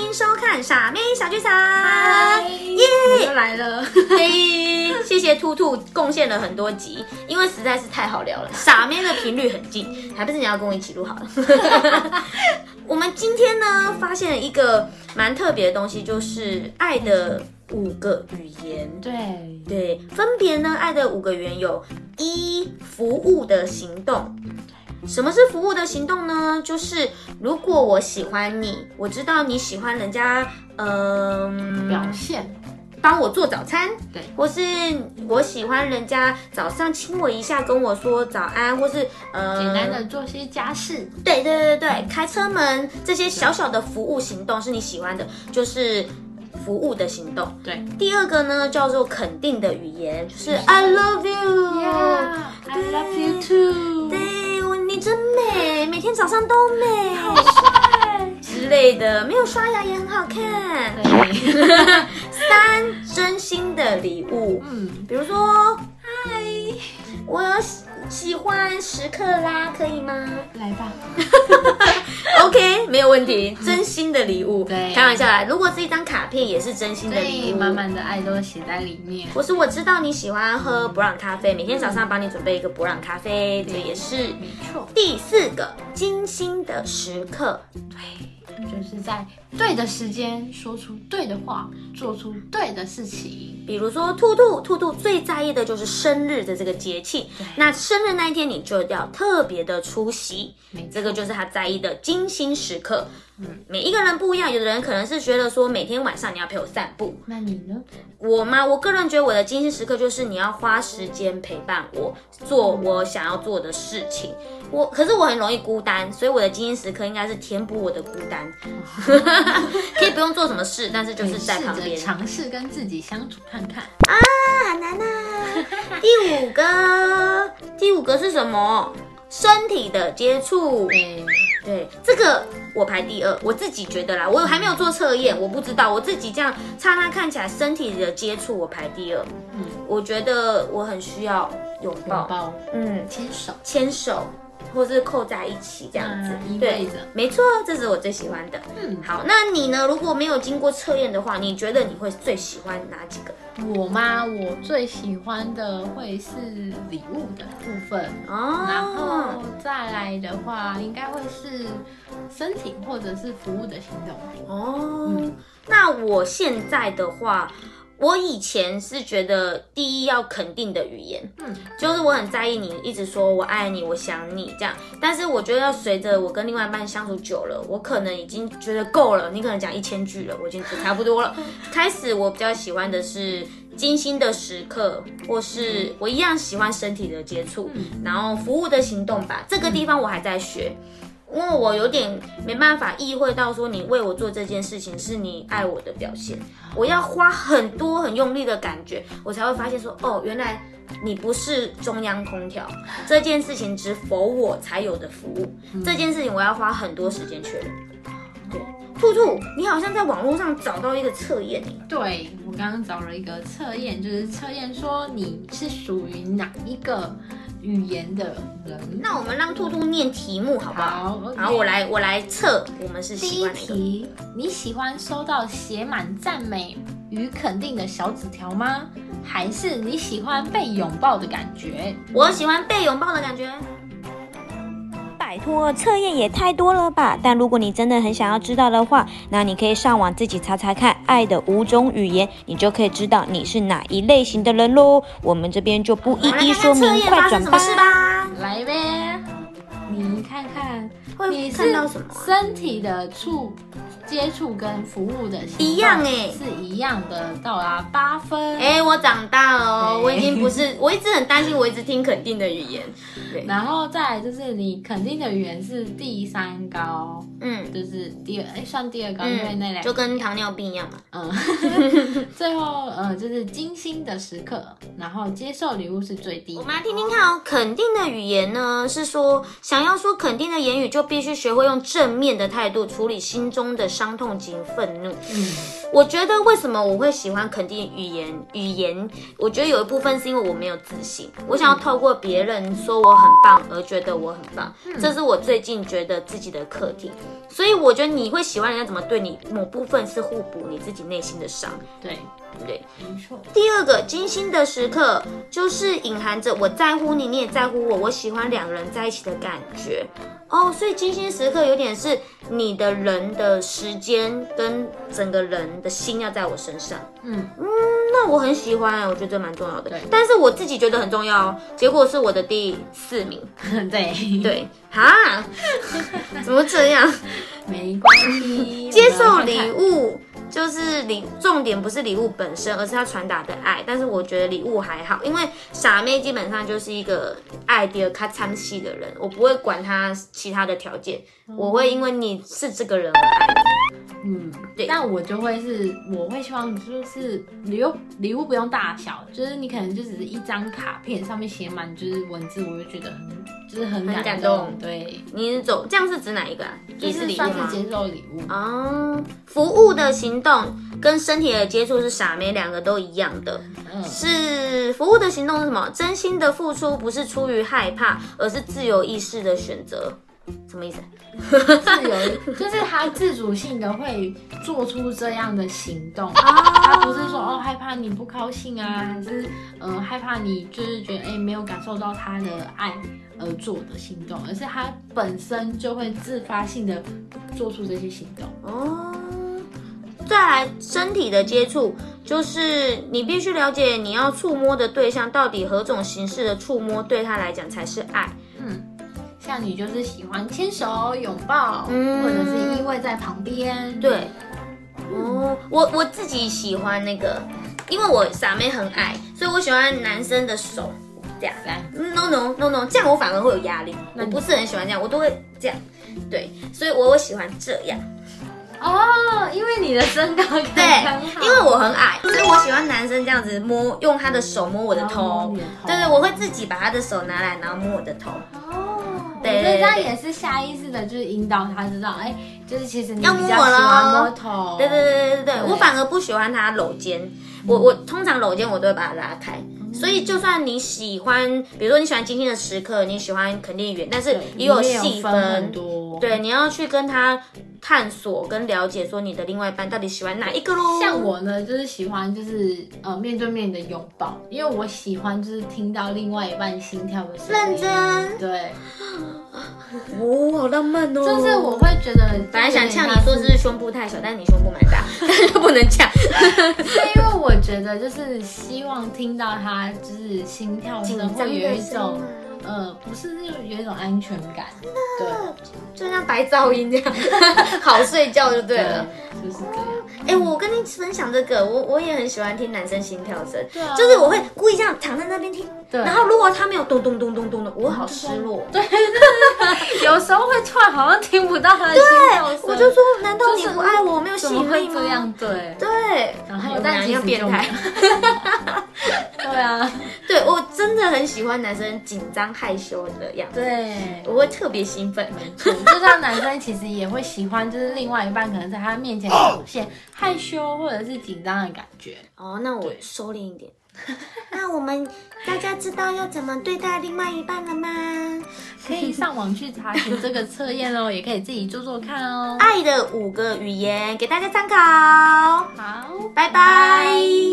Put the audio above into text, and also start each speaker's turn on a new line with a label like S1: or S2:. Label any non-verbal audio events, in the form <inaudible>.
S1: 迎收看傻妹小剧场，
S2: 耶，我又来了。
S1: 嘿，谢谢兔兔贡献了很多集，因为实在是太好聊了。傻妹的频率很近，还不是你要跟我一起录好 <laughs> 了。我们今天呢，发现了一个蛮特别的东西，就是爱的五个语言。
S2: <laughs> 对，
S1: 对，分别呢，爱的五个语言有一服务的行动。什么是服务的行动呢？就是如果我喜欢你，我知道你喜欢人家，嗯、
S2: 表现
S1: 帮我做早餐，
S2: 对，
S1: 或是我喜欢人家早上亲我一下，跟我说早安，或是呃，
S2: 简单的做些家事，
S1: 对对对对，开车门这些小小的服务行动是你喜欢的，就是服务的行动。
S2: 对
S1: 第二个呢，叫做肯定的语言，就是 I love you。
S2: ，Yeah，I love you too。
S1: 对，我你真美，每天早上都美，好帅之类的，没有刷牙也很好看。
S2: 对，
S1: 三，真心的礼物，
S2: 嗯，
S1: 比如说，嗨，我喜喜欢十克拉，可以吗？
S2: 来吧，
S1: OK，没有问题，真心的礼物。
S2: 对
S1: 开玩笑啦，如果是一张卡片，也是真心
S2: 所
S1: 的礼
S2: 以
S1: 物。
S2: 满满的爱都写在里面。
S1: 我是我知道你喜欢喝博朗咖啡，每天早上帮你准备一个博朗咖啡，这也是。
S2: 没错，
S1: 第四个，精心的时刻，
S2: 对，就是在对的时间说出对的话，做出对的事情。
S1: 比如说兔兔，兔兔最在意的就是生日的这个节气。那生日那一天，你就要特别的出席，
S2: 没错
S1: 这个就是他在意的精心时刻。嗯，每一个人不一样，有的人可能是觉得说每天晚上你要陪我散步，
S2: 那你呢？
S1: 我吗？我个人觉得我的精心时刻就是你要花时间陪伴我，做我想要做的事情。我可是我很容易孤单，所以我的精心时刻应该是填补我的孤单，可以不用做什么事，但是就是在旁
S2: 试
S1: 边
S2: 着。尝试跟自己相处看看。
S1: 啊，难啊！第五个，第五个是什么？身体的接触。
S2: 对，
S1: 对，这个我排第二，我自己觉得啦，我还没有做测验，我不知道，我自己这样刹那看起来身体的接触，我排第二。
S2: 嗯
S1: 我觉得我很需要拥抱，
S2: 拥抱，
S1: 嗯，
S2: 牵手。
S1: 牵手或是扣在一起这样子，
S2: 嗯依
S1: 对
S2: 偎着，
S1: 没错，这是我最喜欢的。
S2: 嗯，
S1: 好，那你呢？如果没有经过测验的话，你觉得你会最喜欢哪几个？
S2: 我吗？我最喜欢的会是礼物的部分，然
S1: 哦
S2: 后，再来的话，应该会是身体或者是服务的行动。
S1: 哦，那我现在的话，我以前是觉得第一要肯定的语言，
S2: 嗯，
S1: 就是我很在意你，一直说我爱你，我想你这样。但是我觉得随着我跟另外一半相处久了，我可能已经觉得够了。你可能讲一千句了，我已经差不多了。开始我比较喜欢的是精心的时刻，或是我一样喜欢身体的接触，
S2: 嗯
S1: 然后服务的行动吧。这个地方我还在学。因为我有点没办法意会到，说你为我做这件事情是你爱我的表现，我要花很多很用力的感觉，我才会发现说，哦，原来你不是中央空调这件事情，只否我才有的服务，这件事情我要花很多时间确认。对，兔兔，你好像在网络上找到一个测验欸耶，
S2: 对我刚刚找了一个测验，就是测验说你是属于哪一个语言的人。
S1: 那我们让兔兔念题目好不好？
S2: 好，OK
S1: 然后我来我来测，我们是
S2: 第
S1: 喜
S2: 一
S1: 欢哪个？
S2: 题，你喜欢收到写满赞美与肯定的小纸条吗？还是你喜欢被拥抱的感觉？
S1: 我喜欢被拥抱的感觉。
S3: 拜托，测验也太多了吧！但如果你真的很想要知道的话，那你可以上网自己查查看《爱的五种语言》，你就可以知道你是哪一类型的人喽。我们这边就不
S1: 我
S3: 一
S1: 们来
S3: 一
S1: 看看
S3: 说
S1: 测
S3: 明，
S1: 验
S3: 快
S1: 发生什
S3: 转
S1: 么
S3: 吧。
S1: 事吧。
S2: 来呗，你看看，
S1: 会
S2: 你
S1: 看
S2: 是
S1: 到什么啊？
S2: 身体的触接触跟服务的行动
S1: 一样欸
S2: 是一样的，到达八分。
S1: 哎、我长大了哦，
S2: 对
S1: 我已经不是，我一直很担心，我一直听肯定的语言。对，
S2: 然后再来就是你肯定的语言是第三高，
S1: 嗯
S2: 就是第二，哎，算第二高，因为那
S1: 嗯，
S2: 两
S1: 就跟糖尿病一样嘛。
S2: 嗯，最后呃 <laughs> 就是精心的时刻，然后接受礼物是最低
S1: 我。们来听听看哦，肯定的语言呢是说，想要说肯定的言语，就就必须学会用正面的态度处理心中的伤痛及愤怒。
S2: 嗯，
S1: 我觉得为什么我会喜欢肯定语言？语言，我觉得有一部分是因为我没有自信，我想要透过别人说我很棒而觉得我很棒，这是我最近觉得自己的课题。所以我觉得你会喜欢人家怎么对你，某部分是互补你自己内心的伤，
S2: 对，
S1: 对不对？
S2: 没错，
S1: 第二个精心的时刻，就是隐含着我在乎你，你也在乎我，我喜欢两个人在一起的感觉。哦，所以精心时刻有点是你的人的时间跟整个人的心要在我身上，
S2: 嗯， <laughs>
S1: 那我很喜欢，我觉得这蛮重要的
S2: 对。
S1: 但是我自己觉得很重要哦，结果是我的第四名。
S2: 对，
S1: 对，哈，怎么这样？
S2: 没关系，
S1: 接受礼
S2: 物，
S1: 物就是礼，重点不是礼物本身，而是它传达的爱。但是我觉得礼物还好，因为傻妹基本上就是一个爱迪尔卡参系的人，我不会管她其他的条件，我会因为你是这个人而爱你。
S2: 嗯，
S1: 对
S2: 那我就会是，我会希望就是礼物礼物不用大小，就是你可能就只是一张卡片，上面写满就是文字，我就觉得很就是
S1: 很
S2: 很感
S1: 感
S2: 动，
S1: 动
S2: 对，
S1: 你是走这样是指哪一个、啊？
S2: 就
S1: 也是
S2: 是
S1: 礼物
S2: 算
S1: 吗
S2: 是？接受礼物，
S1: 哦，服务的行动跟身体的接触是傻妹两个都一样的。
S2: 嗯，
S1: 是服务的行动是什么？真心的付出不是出于害怕，而是自由意识的选择。什么意思？
S2: 自由， <laughs> 就是他自主性的会做出这样的行
S1: 哦
S2: 动，他不是说哦害怕你不高兴啊，还是呃害怕你就是觉得哎、没有感受到他的爱而做的行动，而是他本身就会自发性的做出这些行动。
S1: 哦，再来身体的接触，就是你必须了解你要触摸的对象到底何种形式的触摸对他来讲才是爱。
S2: 嗯，像你就是喜欢牵手、拥抱，
S1: 嗯
S2: 或者是依偎在旁边。
S1: 对，
S2: 嗯
S1: 哦，我我自己喜欢那个，因为我傻妹很矮，所以我喜欢男生的手这样。
S2: 来，
S1: no no no no，这样我反而会有压力，
S2: 那
S1: 我
S2: 你
S1: 不是很喜欢这样，我都会这样，对，所以我我喜欢这样，
S2: 哦，因为你的身高刚
S1: 对
S2: 刚好，，
S1: 因为我很矮，所以我喜欢男生这样子摸，用他的手摸我的
S2: 哦摸
S1: 头
S2: 你的，头
S1: 对对，我会自己把他的手拿来，然后摸我的头，
S2: 哦，
S1: 对
S2: 我觉得这样
S1: 对对
S2: 也是下意识的，就是引导他知道，哎、就是其实你比
S1: 要
S2: 较
S1: 摸
S2: 喜
S1: 我咯
S2: 欢摸头，
S1: 对对对对对对，
S2: 对
S1: 我反而不喜欢他搂肩，我我通常搂肩我都会把他拉开。所以，就算你喜欢，比如说你喜欢今天的时刻，你喜欢肯定语言，但是也有
S2: 里面
S1: 细
S2: 分
S1: 分
S2: 很，多，。
S1: 对，你要去跟他探索跟了解，说你的另外一半到底喜欢哪一个喽。
S2: 像我呢，就是喜欢就是呃面对面的拥抱，因为我喜欢就是听到另外一半心跳的声音。
S1: 认真
S2: 对，
S1: 哦，好浪漫哦。
S2: 就是我会觉得，
S1: 本来想呛你说这是胸部太小，但是你胸部蛮大， <laughs> 但是就不能呛。
S2: 对，因为我觉得就是希望听到他就是心跳
S1: 紧
S2: 声，
S1: 张
S2: 会有
S1: 的
S2: 一
S1: 声
S2: 种
S1: 啊，
S2: 呃，不是就有一种安全感，对
S1: <laughs> 就像白噪音这样， <laughs> 好睡觉就对了。，
S2: 就是这样。
S1: 哎、我跟你分享这个，我我也很喜欢听男生心跳声，
S2: 对啊
S1: 就是我会故意这样躺在那边听，
S2: 对
S1: 然后如果他没有咚咚咚咚咚的，我好失落。对，
S2: 有时候会突然好像听不到他的心跳声，
S1: 我就说，难道你
S2: 就是啊
S1: 不爱我，没有吸
S2: 怎么
S1: 引
S2: 会
S1: 力
S2: 这
S1: 吗？
S2: 样？对，
S1: 对，
S2: 哎然后
S1: 我们
S2: 但
S1: 俩
S2: 其实
S1: 要
S2: 就
S1: 变态。
S2: <laughs> 对啊，
S1: 对我真的很喜欢男生紧张害羞的样子，
S2: 对。
S1: 我会特别兴奋。
S2: 就像男生其实也会喜欢，就是另外一半可能在他面前表现害羞或者是紧张的感 <laughs> 觉。
S1: 哦，那我收敛一点。那我们大家知道要怎么对待另外一半了吗？
S2: 可以上网去查询这个测验哦，也可以自己做做看哦。啊
S1: 爱的五个语言给大家参考，
S2: 好，
S1: 拜拜。